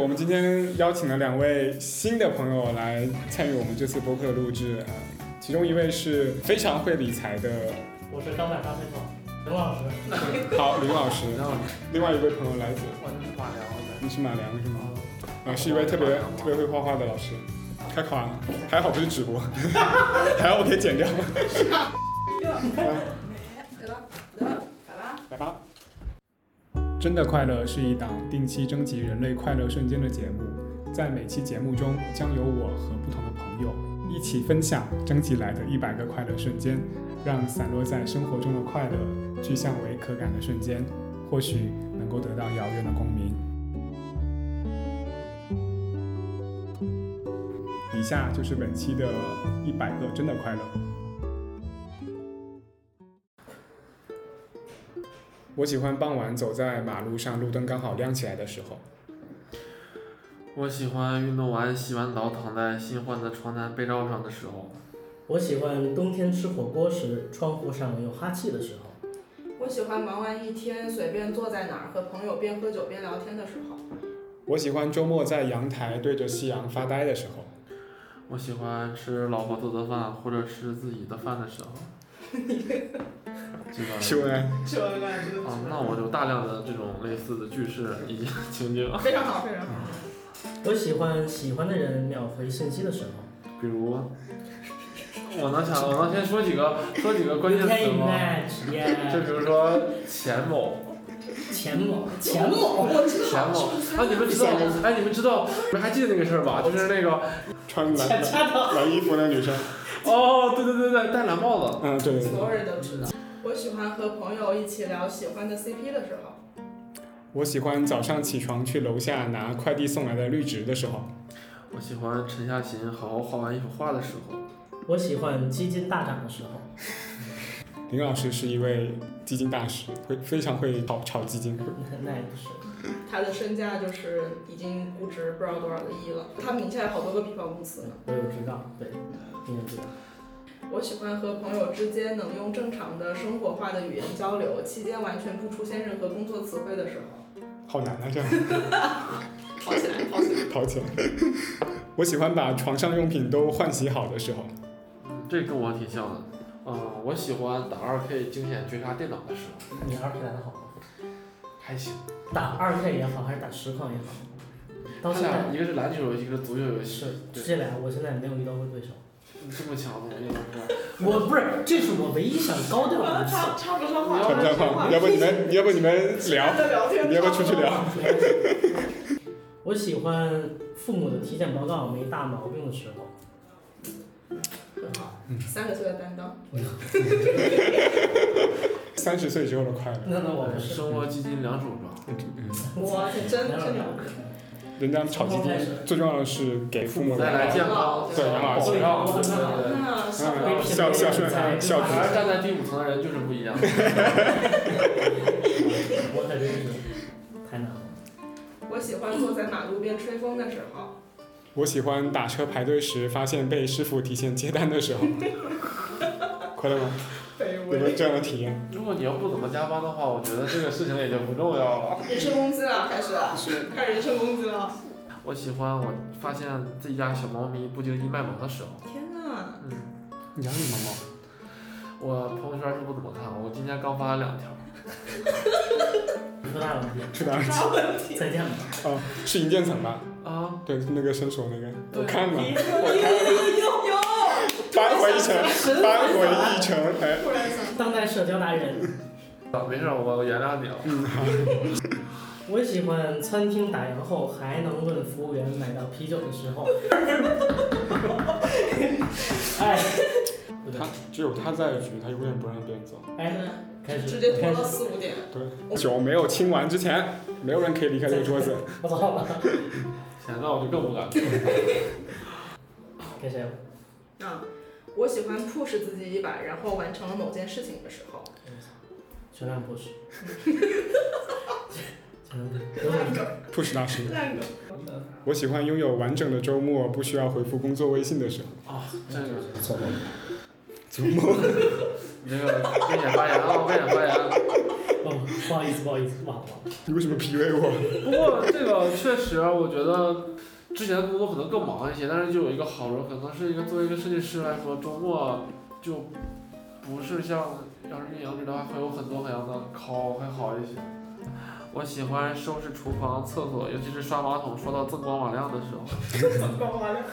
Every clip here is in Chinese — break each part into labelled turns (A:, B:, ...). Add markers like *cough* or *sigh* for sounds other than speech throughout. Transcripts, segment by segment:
A: 我们今天邀请了两位新的朋友来参与我们这次播客的录制啊、其中一位是非常会理财的，
B: 我是张百发推广刘老师，
A: 好林老师，
C: 然后
A: 另外一位朋友来自
C: 我是马良的，
A: 你是马良是吗？啊，
C: 嗯
A: 是一位特别特别会画画的老师，开夸了，还好不是直播， *laughs* 还好我可以剪掉，
D: 得了，得了，拜拜。
A: 来吧。真的快乐是一档定期征集人类快乐瞬间的节目，在每期节目中，将由我和不同的朋友一起分享征集来的一百个快乐瞬间，让散落在生活中的快乐具象为可感的瞬间，或许能够得到遥远的共鸣。以下就是本期的一百个真的快乐。我喜欢傍晚走在马路上，路灯刚好亮起来的时候。
C: 我喜欢运动完洗完澡躺在新换的床单被罩上的时候，
B: 我喜欢冬天吃火锅时窗户上有哈气的时候，
D: 我喜欢忙完一天，随便坐在哪儿和朋友边喝酒边聊天的时 *laughs* 候。
A: 我喜欢周末在阳台对着夕阳发呆的时候。
C: 我喜欢吃老婆做的饭或者吃自己的饭的时候。这个
A: 秀恩，
D: 这个
C: 啊，
A: 哦
C: 那我有大量的这种类似的句式以及情景，
D: 非常好，非常好。
B: 我喜欢喜欢的人秒回信息的时候。
C: 比如，我能想，我能先说几个说几个关键
B: You can
C: 词吗？
B: imagine，
C: 就比
B: yeah
C: 如说钱某，
B: 钱某，钱某，
C: *laughs*
B: 我知
C: 钱某，啊，你们知道，哎，你们知道，你们还记得那个事儿吧？就是那个，
A: 穿蓝
B: 钱家的。
A: 蓝衣服那女生。
C: 哦，对对对对，戴蓝帽子，
A: 嗯，对对对。
D: 所有人都知道。我喜欢和朋友一起聊喜欢的 CP 的时候。
A: 我喜欢早上起床去楼下拿快递送来的绿植的时候。
C: 我喜欢沉下心好好画完一幅画的时候。
B: 我喜欢基金大涨的时候。
A: 林老师是一位基金大师，会非常会炒炒基金。
B: 那也不是，
D: 他的身价就是已经估值不知道多少个亿了，他名下有好多个皮包公司呢。
B: 我有知道，对，你也知道。
D: 我喜欢和朋友之间能用正常的生活化的语言交流，期间完全不出现任何工作词汇的时候，
A: 好难啊，这样
D: 跑起来，跑起来。
A: *laughs*
D: *laughs*
A: 跑起来。我喜欢把床上用品都换洗好的时候。
C: 嗯这跟我挺像的。嗯，我喜欢打二 K 惊险绝杀电脑的时候，
B: 你二 K 打的好吗？
C: 还行。
B: 打二 K 也好，还是打实况也好，
C: 他
B: 到现
C: 俩
B: 在
C: 一个是篮球游戏，一个是足球游戏，
B: 是
C: 对
B: 这俩，我现在没有遇到过对手。
C: 你这么强，怎么也能出来？
B: 我不是，这是我唯一想高调的一次。
D: 插插不上话，
A: 要不要换？要不你们，要不你们聊？
D: 在聊天，
A: 你要不要出去聊？
B: *laughs* 我喜欢父母的体检报告没大毛病的时候。
D: 很好，三个岁的担当，
A: 三十岁之后的快乐。
B: 那那我不是，
C: 生活基金两手抓，
A: 嗯
D: 哇，真真牛逼！
A: 人家炒基金最重要的是给父母
C: 带来健康，
A: 对养老
C: 保
A: 健
C: 障，
B: 康
C: 对对对。
D: 那上
A: 嗯，
D: 了
A: 孝孝顺孝
C: 反而
A: 子，
C: 站在第五层的人就是不一样。 *laughs*
B: 我可真是太难了。
D: 我喜欢坐在马路边吹风的时候，
A: 我喜欢打车排队时发现被师傅提前接单的 *laughs* 时候，快乐吗？
D: 卑
A: 有没有这样的体验？
C: 如果你要不怎么加班的话，我觉得这个事情也就不重要了。
D: 人身攻击了，开始了，开始人身攻击了！
C: 我喜欢我发现自己家小猫咪不经意卖萌的时候。
D: 天
C: *laughs*
D: 哪，
C: 嗯，
A: 你养你毛毛？
C: 我朋友圈是不怎么看，我今天刚发了两条。
B: 你说大问题，
A: 是 *laughs* 的，
D: 啥问题？
B: 再见吧。
A: 哦，是银渐层吧？
C: 啊，
A: 对，那个伸手那个，我看了，
D: 哎呦呦！
A: 扳回一 *laughs* 城，扳回一城，哎，
D: 突然想，
B: 当代社交达人，
C: 啊没事，我我原谅你了。
B: 我喜欢餐厅打烊后还能问服务员买到啤酒的时候。哎，不对
A: 他，只有他在的局，他永远不让别人走。
B: 哎，开始
D: 直接拖
B: 开
D: 到
B: 始，
D: 四五点，
A: 对，酒没有清完之前，没有人可以离开这个桌子。
B: 我操了，
C: 现在我就更不敢了。
B: 给谁？
D: 啊。我喜欢 push 自己一把，然后完成了某件事情的时候，
B: 全量 push。全量 push
D: 烂梗，
A: push 大师，
D: 烂梗。
A: 我喜欢拥有完整的周末，不需要回复工作微信的时候。
C: 啊，这个
B: 不错。
A: 周末。 *laughs*
C: 你这个危险发言啊，危险发言。
B: 哦，不好意思，不好意思，忘了。忘了
A: 你为什么 PUA 我？
C: 不过这个确实，我觉得之前的工作可能更忙一些，但是就有一个好处，可能是一个作为一个设计师来说，周末就不是像要是运营这的话，会有很多很多的 call 会好一些。我喜欢收拾厨房、厕所，尤其是刷马桶，刷到锃光瓦亮的时候。
D: 啊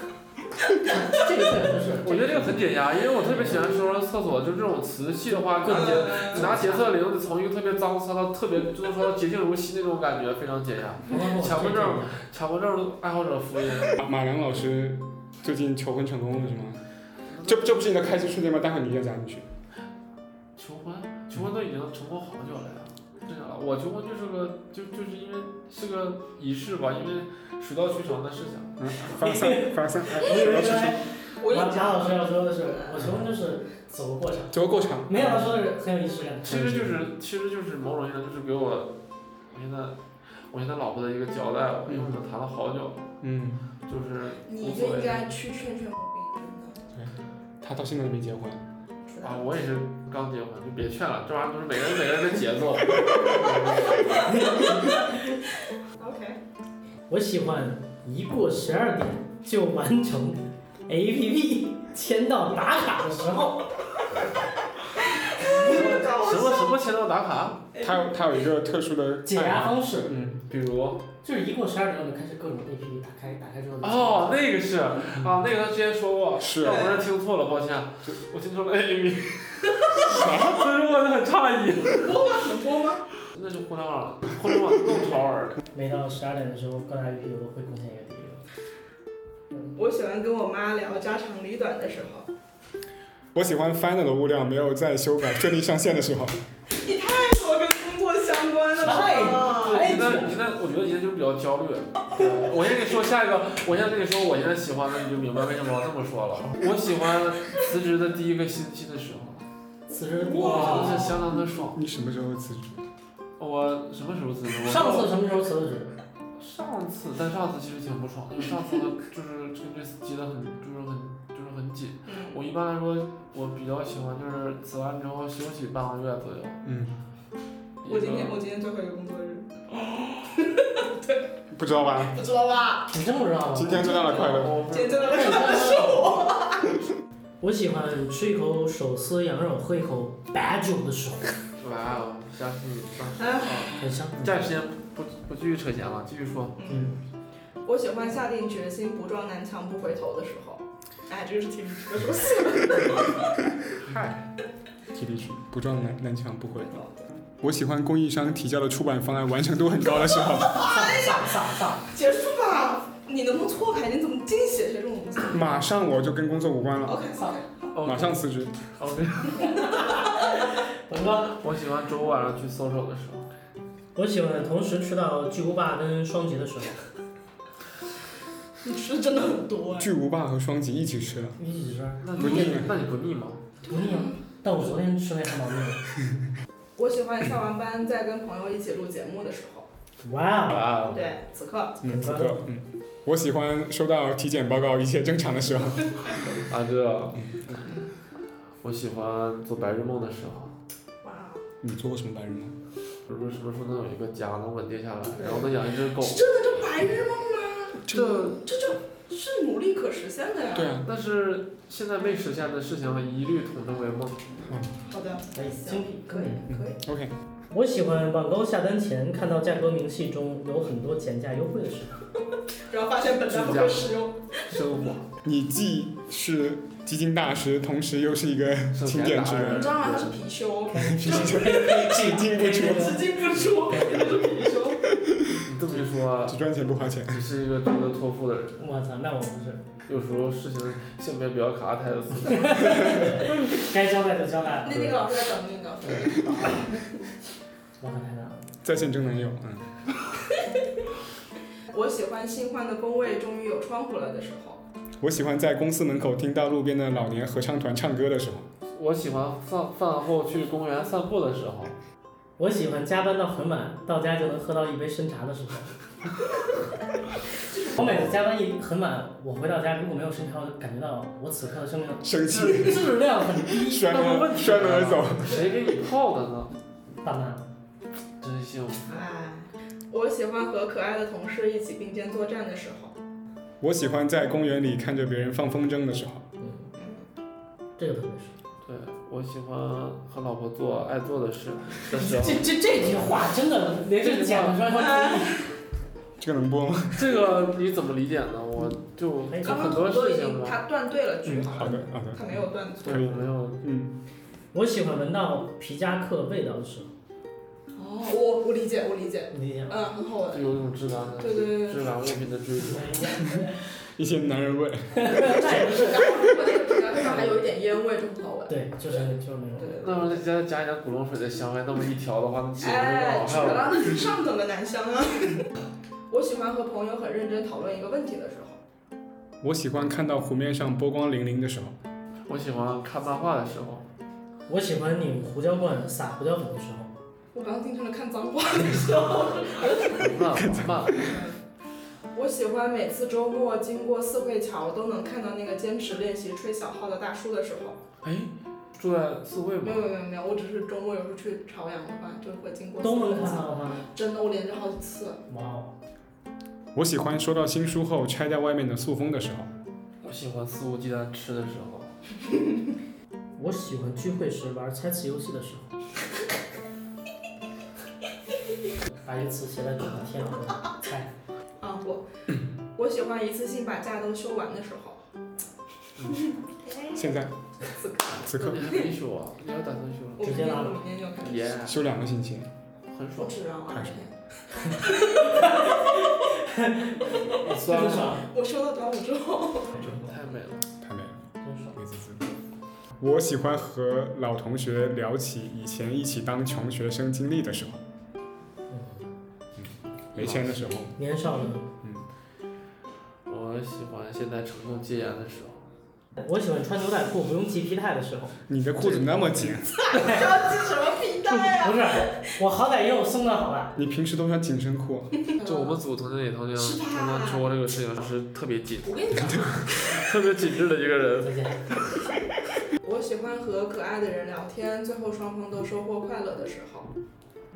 B: *laughs* 这个确实是，
C: 我觉得这个很解压，因为我特别喜欢收拾厕所，就这种瓷器的话更解
D: 嗯
C: 你拿洁厕灵从一个特别脏刷到特别，就是说洁净如新那种感觉，非常解压。强迫症，强迫症爱好者福音。
A: 马马良老师最近求婚成功了是吗？这这不是你的开心瞬间吗？待会儿你也加进去。
C: 求婚，求婚都已经成功好久了呀。真的，我求婚就是个，就就是因为是个仪式吧，因为水到渠成的事情。
A: 嗯，发散发
B: *laughs*
A: 散，哎
B: 我以
A: 水到
B: 为
A: 渠
B: 刚
A: 成，
B: 才
D: 嗯我一嗯
B: 马马老师要说的是，我求婚就是走个过场，
A: 走个过场。
B: 没有他说的是很有仪式感。
C: 其实就是，
A: 嗯
C: 其实就是某种意义上就是给我，我现在，我现在老婆的一个交代，我因为我们谈了好久，
A: 嗯，
C: 就是无
D: 你就
C: 所
D: 应
C: 谓。
D: 该去劝劝我真
A: 他到现在都没结婚。
D: 的，知
C: 啊，
D: 道
C: 我也是刚结婚，就别劝了，这玩意儿都是每个人每个人的节
D: *laughs*
C: 奏。
D: ？OK，
B: 我喜欢一过十二点就完成 APP *laughs* 签到打卡的时候，
D: 啊
C: 什么什么签到打卡？
A: 他有他有一个特殊的
B: *laughs* 解
A: 爱
B: 压
A: 好
B: 方式
A: 嗯，
C: 比如
B: 就是一过十二点我就开始各种 APP 打开，打开之后就
C: 哦，那个是啊，那个他之前说过，
A: 是
C: 我是听错了，抱歉，我听错了 A B，啥？所以说我很诧异。
D: 播吗？能播吗？
C: 那是互联网，互联网更潮 *laughs* 儿。
B: 每到十二点的时候，各大 APP 我都会贡献一个地方。
D: 我喜欢跟我妈聊家长里短的时候，
A: 我喜欢 Final 的物料没有再修改，顺利上线的时候。 *laughs*
D: 你太多跟工作相关的了。
B: 哎
C: 你那，你那，我觉得你那就是比较焦 *laughs* 虑。我先跟你说下一个，我先跟你说我现在喜欢的，你就明白为什么我这么说了。我喜欢辞职的第一个星期的时候，
B: 此时
C: 我
D: 哇
C: 真的是相当的爽。
A: 你什么时候辞职？
C: 我什么时候辞职？我
B: 上次什么时候辞的职？
C: 上次，但上次其实挺不爽，因为上次就是跟这挤得很，就是很，就是很紧。
D: 嗯，
C: 我一般来说，我比较喜欢就是辞完之后休息半个月左右。
A: 嗯，
D: 我今天我今天最后一个工作日，
A: 不知道吧？
D: 不知道吧？
B: 你真不知道吗？
A: 今天最大的快乐，
C: 我不
D: 今天真的
B: 是我。 *laughs* 我喜欢吃一口手撕羊肉，喝一口白酒的时候，
C: 哇哦，下次
D: 哎
C: 啊，
B: 很香。
C: 这段时间不不继续扯闲了，继续说。
B: 嗯，
D: 我喜欢下定决心不撞南墙不回头的时候。哎，这个是挺值得说
C: 嗨，
A: 体力局不撞南南墙不回。我喜欢供应商提交的出版方案完成度很高的时候。
B: 飒飒飒！
D: 结束吧，你能不能错开？你怎么净写这种东西
A: *laughs* 马上我就跟工作无关了，
D: ？OK，
C: 哦
A: 马上辞职。
C: *laughs* OK，
B: 文哥，
C: 哦我喜欢周五晚上去搜手的时候。
B: 我喜欢同时吃到巨无霸跟双节的时候，
D: 你吃的真的很多哎。
A: 巨无霸和双极一起吃了，
B: 一起吃
C: 那
A: 不
C: 你
A: 腻
C: 那你不腻吗？
B: 不腻啊。但我昨天吃那汉堡面，
D: 我喜欢下完班在跟朋友一起录节目的时候。
B: 哇哦！
C: 哇哦，
D: 对，此刻
A: 嗯，此刻，嗯，我喜欢收到体检报告一切正常的时候。
C: 啊这， *laughs* 我喜欢做白日梦的时候。
D: 哇，
A: 你做过什么白日梦？
C: 比如说什么时候能有一个家能稳定下来，然后能养一只狗，
D: 是真的这白日梦吗？
C: 这
D: 这就是努力可实现的呀。
A: 对啊，
C: 但是现在未实现的事情一律统称为梦。
D: 好的，
B: 哎，
D: 行，可以可以。
A: ，OK，
B: 我喜欢网购下单前看到价格明细中有很多减价优惠的时候，
D: 然后发现本单不会使用。
C: 生活，
A: 你既是基金大师，同时又是一个
C: 省
A: *laughs* 勤俭
C: 钱达
A: 之
D: 你
A: 人
C: 人
D: 知。道吗？他是啊貔貅，
A: *laughs* 只进不 *laughs* 出，
D: 只进不出，他是貔貅。
C: 你这么一说，啊
A: 只赚钱不花钱。
C: 你是一个值得托付的人。
B: 我操，那我不是
C: 有时候事情性别不要卡太死。
B: 该交代的交代了
D: 那，那个老师在等你呢。
B: 我可太难了。
A: 在线真男友，嗯，
D: 我喜欢新换的工位终于有窗户了的时候。
A: 我喜欢在公司门口听到路边的老年合唱团唱歌的时候。
C: 我喜欢饭饭后去公园散步的时候，
B: 我喜欢加班到很晚，到家就能喝到一杯深茶的时候。 *laughs* 我每次加班一很晚，我回到家如果没有深茶，我就感觉到我此刻的生命
A: 生气，
D: *laughs*
B: 质质量很低。
A: 摔
C: 那么问
A: 门
C: 题
A: 摔门而走。
C: 谁给你泡的呢？
B: 爸妈，
C: 性。
D: 哎，我喜欢和可爱的同事一起并肩作战的时候。
A: *laughs* 我喜欢在公园里看着别人放风筝的时候，
B: 嗯，这个特别是。
C: 对我喜欢和老婆做爱做的事的时候，
D: *laughs*
B: 这这这句话真的连着讲出来要注意。
A: 这个能播吗？
C: 这个你怎么理解呢？我就
B: 哎
C: 就
D: 刚
C: 很
D: 刚
C: 多
D: 土豆
C: 事
D: 已
C: 情
D: 经
C: 吧，
D: 他断对了句
A: 嗯，
D: 嘛，
A: 好的好的，
D: 他没有断
C: 对，
D: 错。
C: 没有
A: 嗯，
B: *laughs* 我喜欢闻到皮夹克味道的时候，
D: 哦，我我理解，我理解，
B: 你理解吗？
D: 嗯，很好闻。
C: 就有一种质感的
D: 对对对
C: 质
D: 对。
C: 感物品的追求。
A: 一些男人味，
B: 那也不是。
D: 然 *laughs* 后如果那个指甲上还有一点烟味，就很好闻。
B: 对，就是就是那种。
D: 对
C: 那么再加加一点古龙水的香味，那么一调的话，那岂不
D: 哎，
C: 是
D: 扯
C: 好？还有
D: 了，那是上等的男香啊。 *laughs* 我喜欢和朋友很认真讨论一个问题的时候。
A: 我喜欢看到湖面上波光粼粼的时候，
C: 我喜欢看漫画的时 *laughs* 候，
B: 我喜欢拧胡椒罐撒胡椒粉的时候，
D: 我刚刚听成了看脏话的时候。
C: 漫漫
D: 我喜欢每次周末经过四惠桥都能看到那个坚持练习吹小号的大叔的时候。
C: 哎，住在四惠
D: 没
C: 吗
D: 有？没有没有没有，我只是周末有时候去朝阳的话，就会经过四
B: 都
D: 惠
B: 能看
D: 桥。
B: 到吗？
D: 真的，我连着好几次。
B: 哇哦！
A: 我喜欢收到新书后拆掉外面的塑封的时候，
C: 我喜欢肆无忌惮吃的时候，
B: 我喜欢聚会时玩猜词游戏的时候， *laughs* 把一个词写在纸上贴上，猜。
D: 啊，
B: *laughs*
D: 我我喜欢一次性把假都休完的时候。
B: 嗯
A: 现在
D: 此刻，
A: 此刻
C: 你还没休啊？你还打算休
D: *laughs* 我
B: 直
D: 明
B: 接
D: 天
B: 拉
D: 我
B: 了
D: 明天就要开始。
C: 耶，
A: 休两个星期，
C: 很
D: 我
C: 爽，
D: 只让二十天，
C: 酸
B: 真
C: 吗？
B: 爽，
D: 我收到端午之后。
C: 太美了。
A: 太美了，
B: 真爽。
A: 美滋滋。我喜欢和老同学聊起以前一起当穷学生经历的时候，
B: 嗯，
A: 没钱的时候，
B: 年少呢，
C: 我喜欢现在成功戒烟的时候，
B: 我喜欢穿牛仔裤不用系皮带的时候。
A: 你的裤子那么紧，
D: 要系什么啊皮带
B: 不
D: 呀？
B: 是，我好歹也有松的好吧？
A: 你平时都穿紧身裤啊，
C: 就我们组同学里头就是
D: 嗯吧
C: 刚刚说过这个事情，就是特别紧， *laughs*
D: 我跟你讲，
C: 特别紧致的一个人。
B: 再见。
D: 我喜欢和可爱的人聊天，最后双方都收获快乐的时候。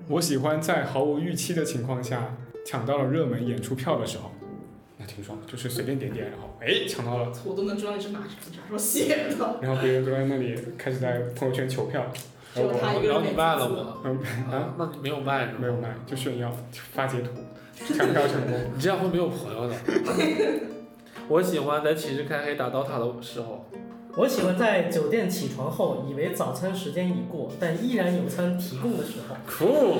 A: 我喜欢在毫无预期的情况下抢到了热门演出票的时候，那挺爽，就是随便点点，然后哎抢到了，
D: 我都能知道你是哪哪时候啊写的，
A: 然后别人都在那里开始在朋友圈求票，
D: 只
A: 然后
D: 有他
A: 我
D: 一个
C: 然后
D: 人
C: 你
D: 每
C: 卖了
D: 次。
C: 吗？
A: 嗯啊
C: 啊，那你没有卖是
A: 没有
C: 吗？
A: 卖，就炫耀发截图，抢票成功。
C: 你这样会没有朋友
D: *laughs*
C: 的。我喜欢在寝室开黑打刀塔的时候，
B: 我喜欢在酒店起床后，以为早餐时间已过，但依然有餐提供的时候，
C: 酷，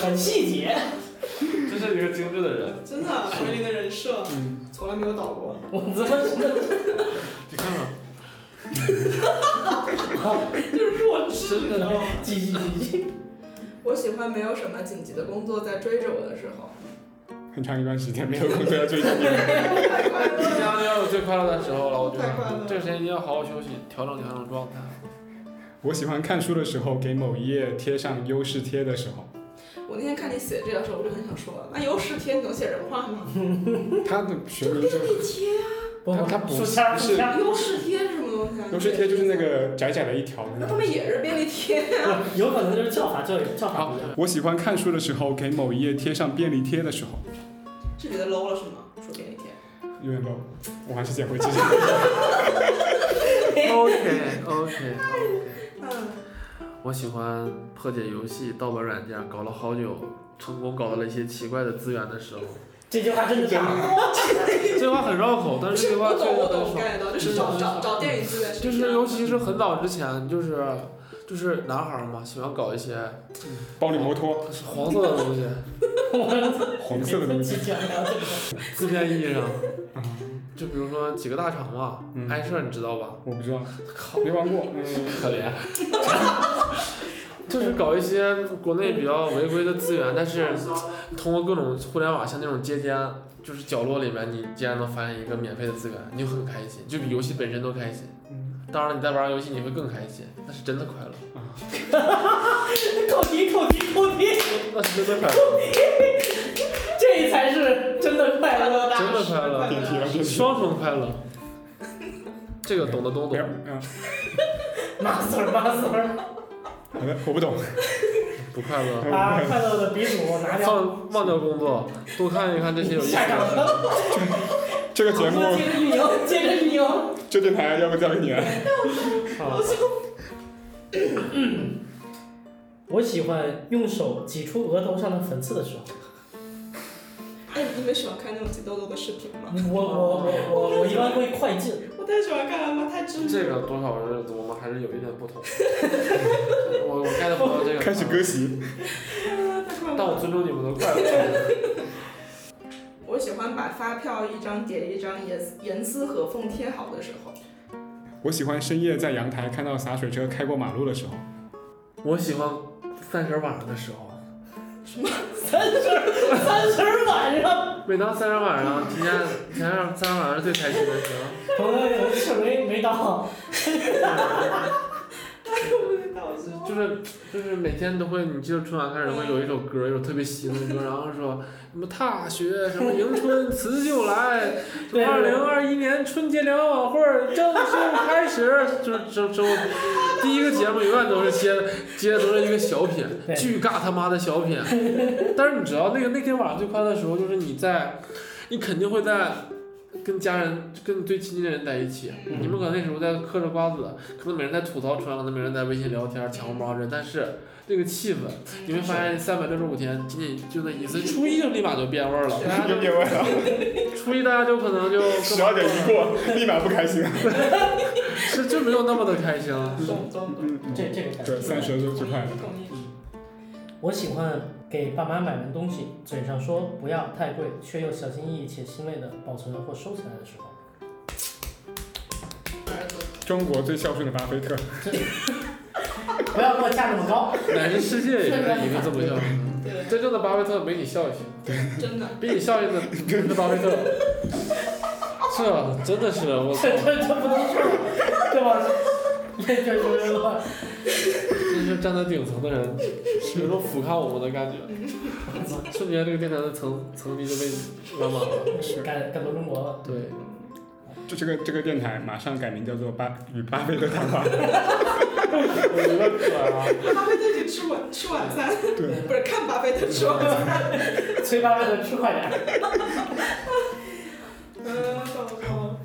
B: 很细节。
C: 这是一个精致的人。
D: 真的，水里的人设
A: 嗯，
D: 从来没有倒 *laughs* 过。
B: 我怎么
C: 你看看，
B: 弱
C: 真的
B: 呢？几几几几？
D: 我喜欢没有什么紧急的工作在追着我的时候。
A: 很长一段时间没有工作要追求别人。
D: 太快乐
C: 即
D: 了
C: 将要有最快乐的时候了，我觉
D: 太快乐
C: 得
D: 了
C: 这个时间一定要好好休息，调整调整状态。
A: *laughs* 我喜欢看书的时候给某一页贴上优势贴的时候，
D: 我那天看你写这个时候，我就很想说，那有十天能写人话吗？
A: 它的学名就
D: 你贴
B: *laughs* 不
A: 他他不
B: 书签儿
A: 是
B: 书签儿
D: 优势贴是什么东西啊？
A: 优势贴就是那，个窄窄的一条的
D: 那
A: 那
D: 他
A: 种。
D: 们也是便利贴。
B: 不 *laughs* 有可能就是叫法教育叫法不一样。
A: 我喜欢看书的时候给某一页贴上便利贴的时候，
D: 这里的 low 了 *laughs* 是吗？说便利贴。 *laughs*
A: 有点 low，我还是捡回这些。
C: OK OK，
D: 嗯，
C: 我喜欢破解游戏、盗版软件，搞了好久，成功搞到了一些奇怪的资源的时候，
B: 这句话真的假？
C: 这句话很绕口，但
D: 不
C: 是这
D: 是
C: 句
D: 我
C: 话确
D: 懂，
C: 实
D: 我
C: 很
D: 懂
C: 爽。
D: get 到，就是找找找电影资源，
C: 就是
D: 这
C: 是
D: 样
C: 尤其是很早之前，就是就是男孩儿嘛，喜欢搞一些
A: *laughs* 包里摩托，
C: 黄色的东西，
A: 红色的东西。
B: 讲聊这个。
C: 字面意义上，就比如说几个大厂嘛
A: 嗯，
C: 爱社你知道吧？
A: 我不知道，
C: 靠。
A: 没玩 *laughs* 过。嗯，
C: 可怜。就是搞一些国内比较违规的资源，但是通过各种互联网，像那种街机啊，就是角落里面，你竟然能发现一个免费的资源，你就很开心，就比游戏本身都开心。
A: 嗯
C: 当然，你在玩游戏你会更开心，那是真的快乐，
B: 扣题扣题扣题，
C: *laughs* 那是真的快乐，
B: 这才是真的快
D: 快
B: 乐。
D: 乐大
C: 真的快乐，
A: 电梯了，电梯。
C: 双重快乐。这个懂的都
A: 没有，
C: 懂，
A: 嗯， *laughs*
B: 马 Sir 马 Sir，
A: 好的，我不懂。
C: 不快乐。
B: 把快乐啊的鼻祖
C: 哎
B: 拿掉。
C: 放忘掉工作，多看一看这些有意思
B: 下岗
C: 的。
B: 了，
A: 这个节
B: 好
A: 目，
B: 接着运营，接着运营。
A: 这电台要不交给你来？
C: 啊
B: 我喜欢用手挤出额头上的粉刺的时候。
D: 哎，你们喜欢看那种挤痘痘的视频吗？
B: 我我我我我一般会快进， *laughs*
D: 我太喜欢看了，太治愈
C: 这
D: 了。
C: 个多少是我们还是有一点不 *laughs* 同。我我 get 不到这个。
A: 开始割席，
D: 太快乐
C: 但我
D: 了
C: 尊重你们的快乐。
D: 我喜欢把发票一张叠一张，严丝严丝合缝贴好的时候。
A: 我喜欢深夜在阳台看到洒水车开过马路的 *laughs* 时候。
C: 我喜欢三十晚上的时候，
B: 三十三十晚上，
C: 每当三十晚上，提前提前让三十晚上最开心的时候。
B: 朋友有的是没没到，
C: 就是就是每天都会，你记得春晚开始会有一首歌，一首特别新的歌，然后说什么踏雪，什么迎春辞
B: *laughs*
C: 旧来，
B: 对
C: 二零二一年春节联欢晚会正式开始，就是这这第一个节目永远都是接接的都是一个小品，
B: 对
C: 巨尬他妈的小
B: *laughs*
C: 品。但是你知道那个那天晚上最快乐的时候，就是你在，你肯定会在。跟家人、跟最亲近的人在一起，
B: 嗯
C: 你们可能那时候在嗑着瓜子，可能每人在吐槽春晚，可能每人在微信聊天、抢红包这，但是这个气氛，你会发现三百六十五天仅仅就那一次，初一就立马就变味儿了，大家
A: 又变味了，
C: 就初一大家就可能就
A: 十二点一过，立马不开心啊了。
C: 是就没有那么的开心了。
D: 懂懂懂，
A: 嗯，
B: 这这个感觉
A: 对，三十就最快乐。
D: 同意。
B: 我喜欢给爸妈买完东西，嘴上说不要太贵，却又小心翼翼且心累的保存或收起来的时候。
A: 中国最孝顺的巴菲特，
B: 不要给我架那么高。
C: 乃至世界也是一个这么笑。
D: 对，
C: 真正的巴菲特没你笑一笑，
D: 真的，
C: 比你笑一的是巴菲特。这真的是啊我操
B: 这，这这不能说，对吧？这这这
C: 真是站在顶层的人，有种俯瞰我们的感觉。瞬间这个电台的层层级就被拉满了。
B: 这，赶赶到中国了。
C: 对，
A: 就这个这个电台马上改名叫做巴与巴菲特谈话。 *laughs*
C: 我觉得可啊。
D: 巴菲特去吃晚吃晚餐，
A: 对，
D: 不是看巴菲特吃晚餐。
B: 催爸爸的吃快点。
D: 嗯，懂了。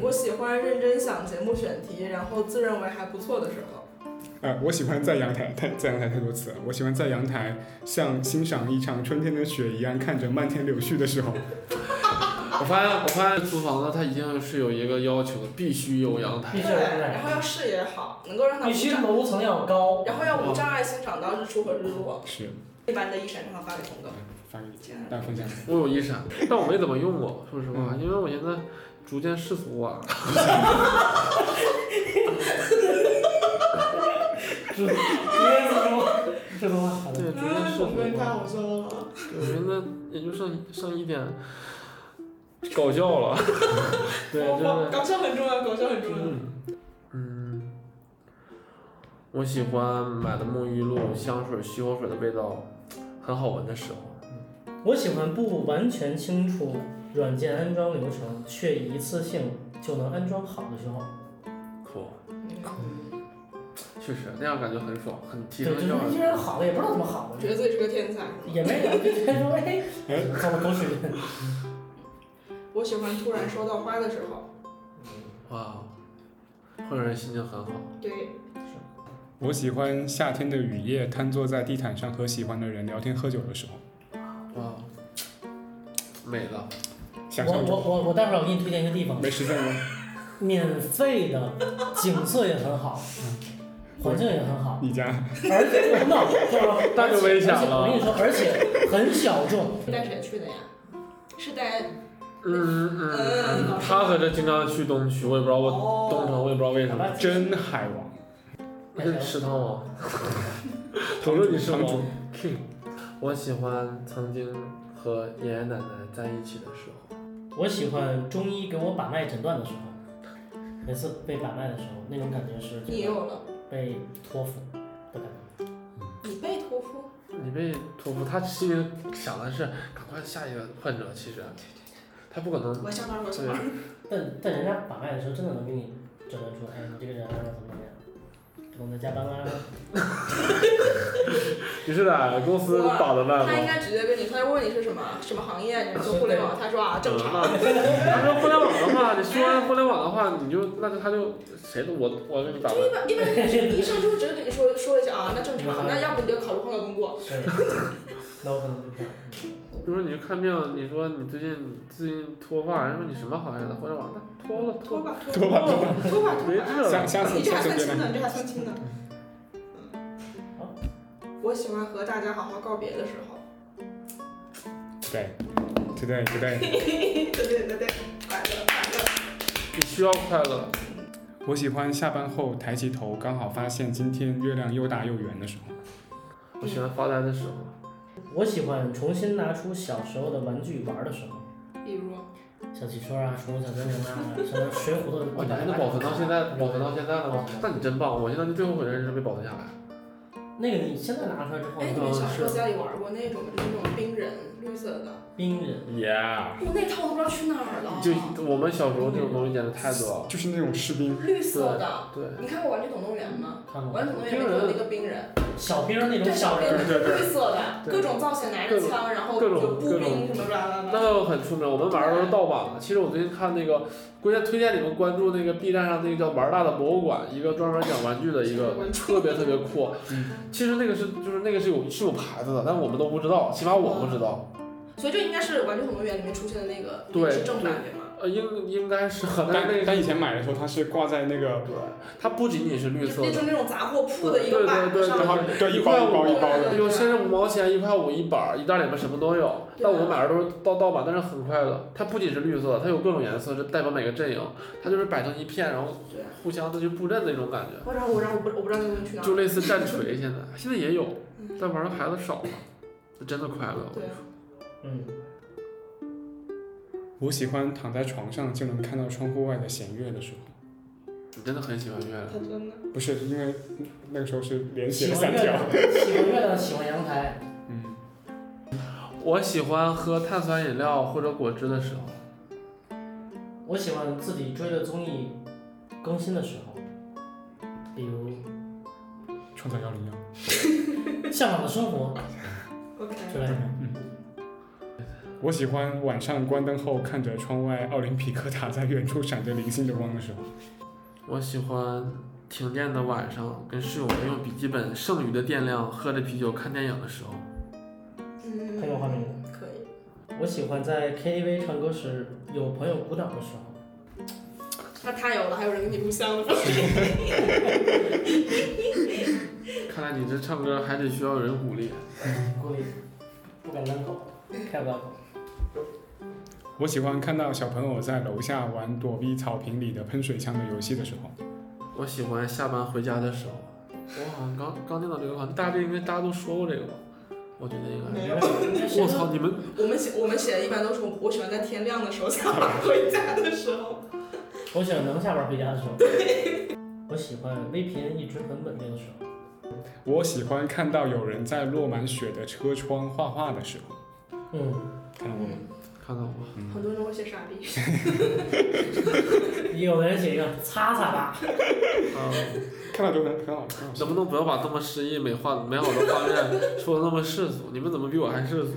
D: 我喜欢认真想节目选题，然后自认为还不错的时候。
A: 呃，我喜欢在阳台，太在阳台太多次了。我喜欢在阳台像欣赏一场春天的雪一样，看着漫天柳絮的时候。
C: 我发现，我发现租房子它一定是有一个要求的，必须有阳台。
B: 必须
D: 对，然后要视野好，能够让它
B: 必
D: 无
B: 须
D: 障，
B: 楼层要高。
D: 然后要无障碍欣赏到日出和日落。
A: 是，
D: 一般的一闪上发给红灯。
A: 发给你，大家分享。
C: 我有一闪，但我没怎么用过，说实话，因为我现在逐渐世俗化了。
B: 是，别怎么，这都好
C: 对，
B: 的。
C: 逐
D: 啊
C: 渐世俗化。
D: 我说了。
C: 对，我现在也就剩剩一点搞笑了。 *laughs* 对，就是
D: 哦搞笑很重要，搞笑很重要。
C: 嗯嗯，我喜欢买的沐浴露、香水、洗口水的味道很好闻的时候。
B: 我喜欢不完全清楚软件安装流程，却一次性就能安装好的时候。
C: 酷，
D: 嗯
C: 确实那样感觉很爽，很提
B: 对，就
C: 升
B: 是
C: 效率
B: 一。人好的也不知道怎么好
D: 我
B: 的，
D: 觉得自己是个天才。
B: 也没有，就直接说
C: *laughs*
B: 哎，造了口水。
D: 我喜欢突然收到花的时候。
C: 哇，哦会让人心情很好。
D: 对，
A: 我喜欢夏天的雨夜，瘫坐在地毯上和喜欢的人聊天喝酒的时候，
C: 哇，啊美了！
A: 想
B: 我
A: 象
B: 我
A: 中。
B: 我我待会儿我给你推荐一个地方，
A: 没实践过，
B: 免费的，景色也很好，环境也很好，
A: 你家
B: 而且 no，就是
C: 那就危险
B: 而且
C: 了
B: 我
C: *laughs*
B: 跟你说，而且很小众。
D: 带谁去的呀？是带
C: 嗯嗯嗯，他可是经常去东区，我也不知道我东城，
D: 哦，
C: 我也不知道为什么。
A: 真海王，
C: 我是食堂王，我说你是
A: 堂主
C: 王 king。我喜欢曾经和爷爷奶奶在一起的时候，
B: 我喜欢中医给我把脉诊断的时候，每次被把脉的时候，那种感觉是
D: 你有了，
B: 被托付的感觉。
D: 你被托付。
C: 你被托付，他心里想的是赶快下一个患者，其实他不可能。
D: 我上班，我上
C: 对
D: 班。，
B: 但但人家把脉的时候，真的能给你诊断出，哎，你这个人怎么怎么样，我们加班啦、
C: 你是哪公司绑的烂
D: 他应
C: 吗？
D: 该直接跟你，他问你是什么什么行业，你说互联网，他说啊正常。
C: 嗯他说互联网的 *laughs* 话，你说互联网的话，你就那就他就谁都我我给你打
D: 就
C: 扮
D: 一。般一般就是你上周只是给你说说一下啊，那正常，那要不你就考虑换个工作。
B: 对，那我可能不知道。
C: 就说你去看病，你说你最近最近脱发，人说你什么行业的？互联网的，脱了
D: 拖
C: 脱
D: 吧
A: 拖
D: 拖
A: 把
D: 吧
A: 拖
D: 拖吧拖吧
C: 没治了。
A: 下下次
D: 你这
A: 下
D: 还
A: 次
D: 算
A: 别
D: 轻
A: 来。
D: 的，你这还算轻的。嗯，我喜欢和大家好好告别的时
A: *laughs*
D: 候。
A: 对，today today，
D: 对对对对，快乐快乐。
C: 你需要快乐。
A: 我喜欢下班后抬起头，刚好发现今天月亮又大又圆的时候。
C: 我喜欢发呆的时候。
B: 我喜欢重新拿出小时候的玩具玩的时候，
D: 比如，
B: 小汽车啊，宠物小精灵啊，什么水浒的
C: 我
B: 地
C: 你
B: 板
C: 还
B: 啊，
C: 能保存到现在，保存到现在了吗
B: 嗯？
C: 那你真棒！我现在最后悔的是没保存下来。
B: 那个你现在拿出来之后，
D: 哎，你们小时候家里玩过那种就是那种冰人，绿色的，
B: 冰人，
A: Yeah，
D: 我那套我都不知道去哪儿了。
C: 就我们小时候这种东西简直太多了。
A: 就是那种士兵，
D: 绿色的，
C: 对，
D: 你看过《玩具总动员》吗？
B: 看
D: 《
B: 过吗
D: 玩具总动员》里头那个冰人，
B: 小兵儿那种
D: 对，小
B: 小
D: 冰
B: 人
D: 人 *laughs*
B: 儿，
D: 绿色的，
C: 对
D: 各种造型，拿着枪，然后
C: 各种
D: 就步
C: 各种
D: 兵什么啊啦啦啦。
C: 那个很出名，我们玩的都是盗版的。其实我最近看那个，关键推荐你们关注那个 B 站上那个叫“玩大的博物馆”，一个专门讲玩具的一个，特别特别酷。其实那个是就是那个是有是有牌子的，但我们都不知道，起码我不知道。
D: 所以这应该是《玩具总动员》里面出现的那个，
C: 对
D: 是正版对吗？
C: 呃，应应该是，但
A: 但
C: 是那
A: 但
C: 个
A: 以前买的时候它是挂在那个，
C: 它不仅仅是绿色
D: 就
C: 的
D: 那，种那种杂货铺的一个
C: 对对
D: 板
C: 对
D: 子上
A: 然
D: 面
A: 后
D: 的，
A: 对一包一包一包的。
C: 有些是五毛钱一块五一板儿，一袋里面什么都有。
D: 对
C: 但我们买的都是盗盗版，但是很快乐。它不仅是绿色的，它有各种颜色，是代表每个阵营。它就是摆成一片，然后
D: 对
C: 互相的去布阵那种感觉，
D: 我然后我然后我不我不知道那个东西去哪儿
C: 就
D: 了。
C: 类似战锤。现在现在也有，
D: 啊嗯
C: 但玩的孩子少了，真的快乐。
D: 对啊，
B: 嗯，
A: 我喜欢躺在床上就能看到窗户外的弦月的时候，
C: 你真的很喜欢月亮
D: 他，真的。
A: 不是因为那个时候是连写
B: 喜
A: 了
B: 欢
A: 三
B: 月
A: 条。
B: 亮，喜欢月亮，喜欢阳台，
A: 嗯，
C: 我喜欢喝碳酸饮料或者果汁的时候。
B: 我喜欢自己追的综艺更新的时候，比如
A: 创造幺零幺。
B: 《向往的生活
D: OK，》
B: 之类的。
A: 嗯我喜欢晚上关灯后看着窗外奥林匹克塔在远处闪着零星的光的时候。
C: 我喜欢停电的晚上，跟室友们用笔记本剩余的电量喝着啤酒看电影的时候。
D: 嗯，
B: 很有画面感
D: 可以。
B: 我喜欢在 KTV 唱歌时有朋友鼓掌的时候，
D: 那太有了，还有人跟你录像了。
C: 看来你这唱歌还得需要有人鼓励。
B: 鼓励，不敢当口，开不了口。
A: 我喜欢看到小朋友在楼下玩躲避草坪里的喷水枪的游戏的时候。
C: 我喜欢下班回家的时候，我好像刚刚听到这个话，大家这应该大家都说过这个吧？我觉得应该。
D: 没有
C: 我操，你们
D: 我们写我们写的一般都是我我喜欢在天亮的时候 *laughs* 下班回家的时候。
B: 我喜欢能下班回家的时候。我喜欢 VPN 一直很稳定的时候。
A: 我喜欢看到有人在落满雪的车窗画画的时候。
B: 嗯，
A: 看到过吗？
C: 看到吗？
D: *laughs* 很多人会写傻逼。
B: 有的人写一个擦擦吧，
C: 啊，
A: 看到就很很好看。
C: 能不能不要把这么诗意美化美好的画面说的那么世俗？你们怎么比我还世俗？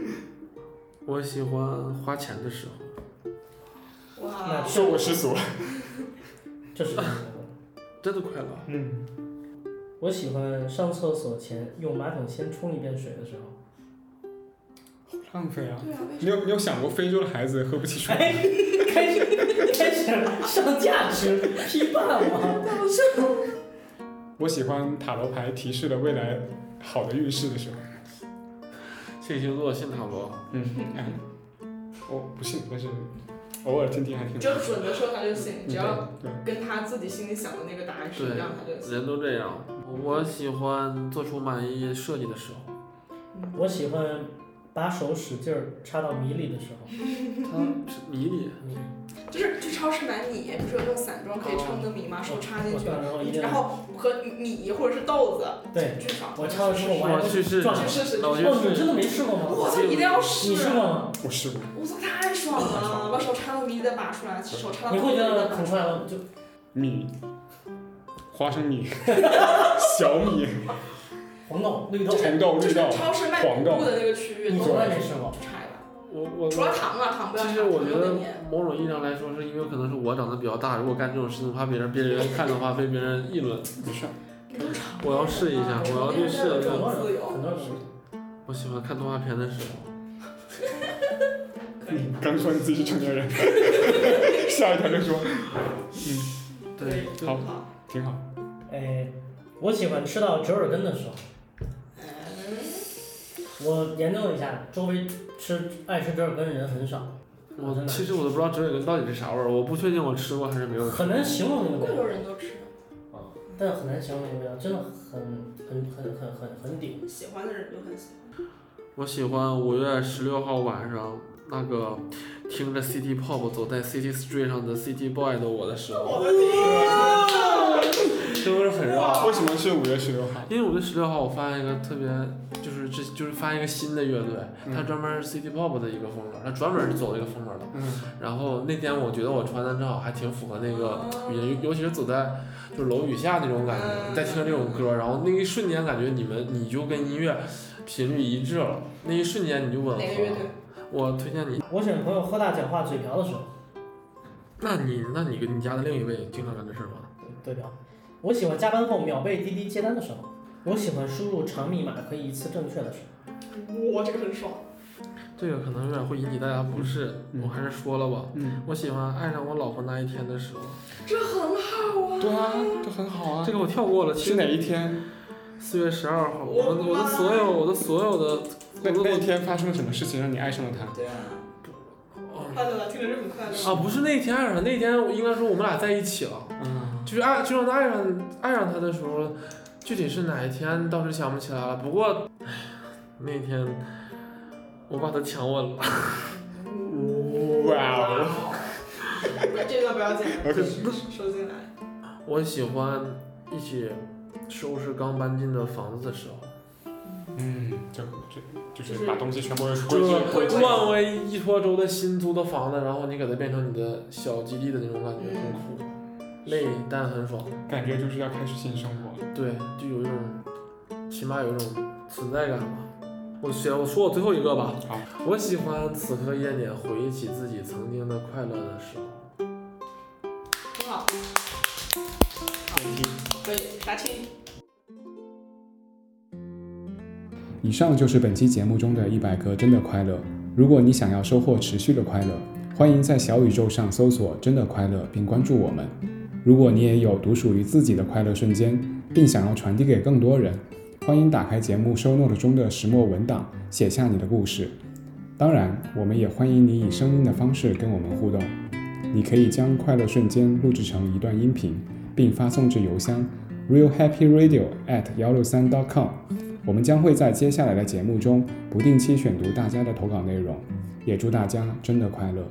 C: *laughs* 我喜欢花钱的时候，
D: 哇，
A: 说我世俗。
B: 这是什么？
C: 真的快乐。
A: 嗯，
B: 我喜欢上厕所前用马桶先冲一遍水的时候。 *laughs*
A: 浪费啊！
D: 对啊，为什
A: 你有你有想过非洲的孩子喝不起水吗？
B: 哎，开始开始上价值批判我。
D: 么 *laughs* 不是？
A: 我喜欢塔罗牌提示了未来好的运势的时候。
C: 信星座信塔罗，
A: 嗯，哎我哦不信，但是偶尔听听还挺好。
D: 只要准的说他就行，
A: 嗯
D: 只要
A: 对对
D: 跟他自己心里想的那个答案是一样，他就行。
C: 人都这样。我喜欢做出满意设计的时候，
D: 嗯
B: 我喜欢把手使劲儿插到米里的时候。
C: 它
B: 嗯
C: 是迷你。
B: 米
D: 就是去超市买米，不是有那种散装
C: 哦
D: 可以称的米吗？手插进
B: 我
D: 去，
B: 到时候一定
D: 然后和米或者是豆子，
B: 对。
D: 去炒。
B: 我插了之后我
C: 我
B: 还
C: 去试试，
B: 撞
D: 去试试。
C: 那我去
B: 哦，
C: 试
B: 你
C: 试
B: 真。的没试过吗？
D: 我操，一定要试！
B: 你试过吗？
A: 我试过。
D: 我操，太爽了！把手插到米里再拔出来，手插到
B: 你
D: 豆
B: 会
D: 子
B: 觉
D: 里再
B: 得
D: 拔
B: 很
D: 出
B: 快
D: 来。
B: 乐，就
A: 米花生米、 *laughs* 小米、
B: 红豆、绿豆，
A: 红豆、绿
D: 就是
A: 豆、
D: 超市卖
A: 黄
D: 谷
A: 豆
D: 物的那个区域
B: 你
D: 都
B: 从来
D: 会
B: 没吃过。
D: 查一把，
C: 我我
D: 除了糖啊，糖不要
C: 其
D: 查，
C: 实我觉
D: 糖有
C: 得
D: 点黏
C: 某种意义上来说，是因为可能是我长得比较大，如果干这种事情，怕别人别人看的话被别人议论。
A: 没事儿，
D: 这都常
C: 我要试一下，我要去试一
D: 这
C: 下。
D: 种自由
B: 很多人
C: 我喜欢看动画片的时候，
A: 你刚说你自己是成年人， *laughs* 下一条就说
C: 对，就
A: 好挺好。
B: 哎，我喜欢吃到折耳根的时候，
D: 嗯
B: 我研究了一下，周围吃爱吃折耳根的人很少，
C: 我其实我都不知道折耳根到底是啥味儿，我不确定我吃过还是没有吃。
B: 很难形容那个味
D: 嗯贵
B: 道，
D: 州人都吃，
B: 但很难形容那个味道，真的很很很很很很顶。
D: 喜欢的人就很喜欢。
C: 我喜欢五月十六号晚上那个听着 City Pop 走在 City Street 上的 City Boy 的我的时
B: 哦
C: 候，是不是很绕？
A: 为什么是五月十六号？
C: 因为五月十六号我发现一个特别，就是这就是发现一个新的乐队，它专门是 City Pop 的一个风格，它专门是走这个风格的。
A: 嗯，
C: 然后那天我觉得我穿的正好还挺符合那个语言，尤尤其是走在就是楼宇下那种感觉，
D: 嗯
C: 你在听这种歌，然后那一瞬间感觉你们你就跟音乐频率一致了，那一瞬间你就吻合
D: 哪个乐队
C: 了。？我推荐你，
B: 我选朋友喝大讲话嘴瓢的时候，
C: 那你那你跟你家的另一位经常干这事儿吗？
B: 对对瓢。我喜欢加班后秒被滴滴接单的时候，我喜欢输入长密码可以一次正确的时候，
D: 哇，这个很爽。
C: 这个可能有点会引起大家不适，
A: 嗯
C: 我还是说了吧。
A: 嗯，
C: 我喜欢爱上我老婆那一天的时候，
D: 这很好啊！
A: 对啊，这很好啊。
C: 这个我跳过了。其
A: 是
C: 实
A: 哪一天？
C: 四月十二号，我的我的所有我的所有的，
A: 那
C: 我
A: 那一
C: 的
A: 天发生了什么事情让你爱上了他？
D: 对啊，快乐啊，听着就很快乐。
C: 哦啊，不是那天爱上他，那天我应该说我们俩在一起了，
A: 嗯，
C: 就是爱，就让他爱上爱上他的时候，具体是哪一天倒是想不起来了。不过，唉那天我把他强吻了，
A: 哇哦，
D: 这段不要剪，
C: *laughs*
A: OK
D: 收进来。
C: 我喜欢一起收拾刚搬进的房子的时候。
A: 嗯，就就就是
D: 就是
A: 把东西全部归
C: 就
A: 置归
D: 归
A: 置
C: 是
D: 置。
C: 万威依托州的新租的房子，然后你给它变成你的小基地的那种感觉，很酷，累但很爽。
A: 感觉就是要开始新生活了。
C: 对，就有一种，起码有一种存在感吧。我选，我说我最后一个吧。
A: 好，
C: 我喜欢此刻夜里回忆起自己曾经的快乐的时候。
D: 很好，可以打气。
E: 以上就是本期节目中的一百个真的快乐。如果你想要收获持续的快乐，欢迎在小宇宙上搜索“真的快乐”并关注我们。如果你也有独属于自己的快乐瞬间，并想要传递给更多人，欢迎打开节目 show note 中的石墨文档，写下你的故事。当然，我们也欢迎你以声音的方式跟我们互动。你可以将快乐瞬间录制成一段音频，并发送至邮箱 realhappyradio@ 幺六三 .com。我们将会在接下来的节目中不定期选读大家的投稿内容，也祝大家真的快乐。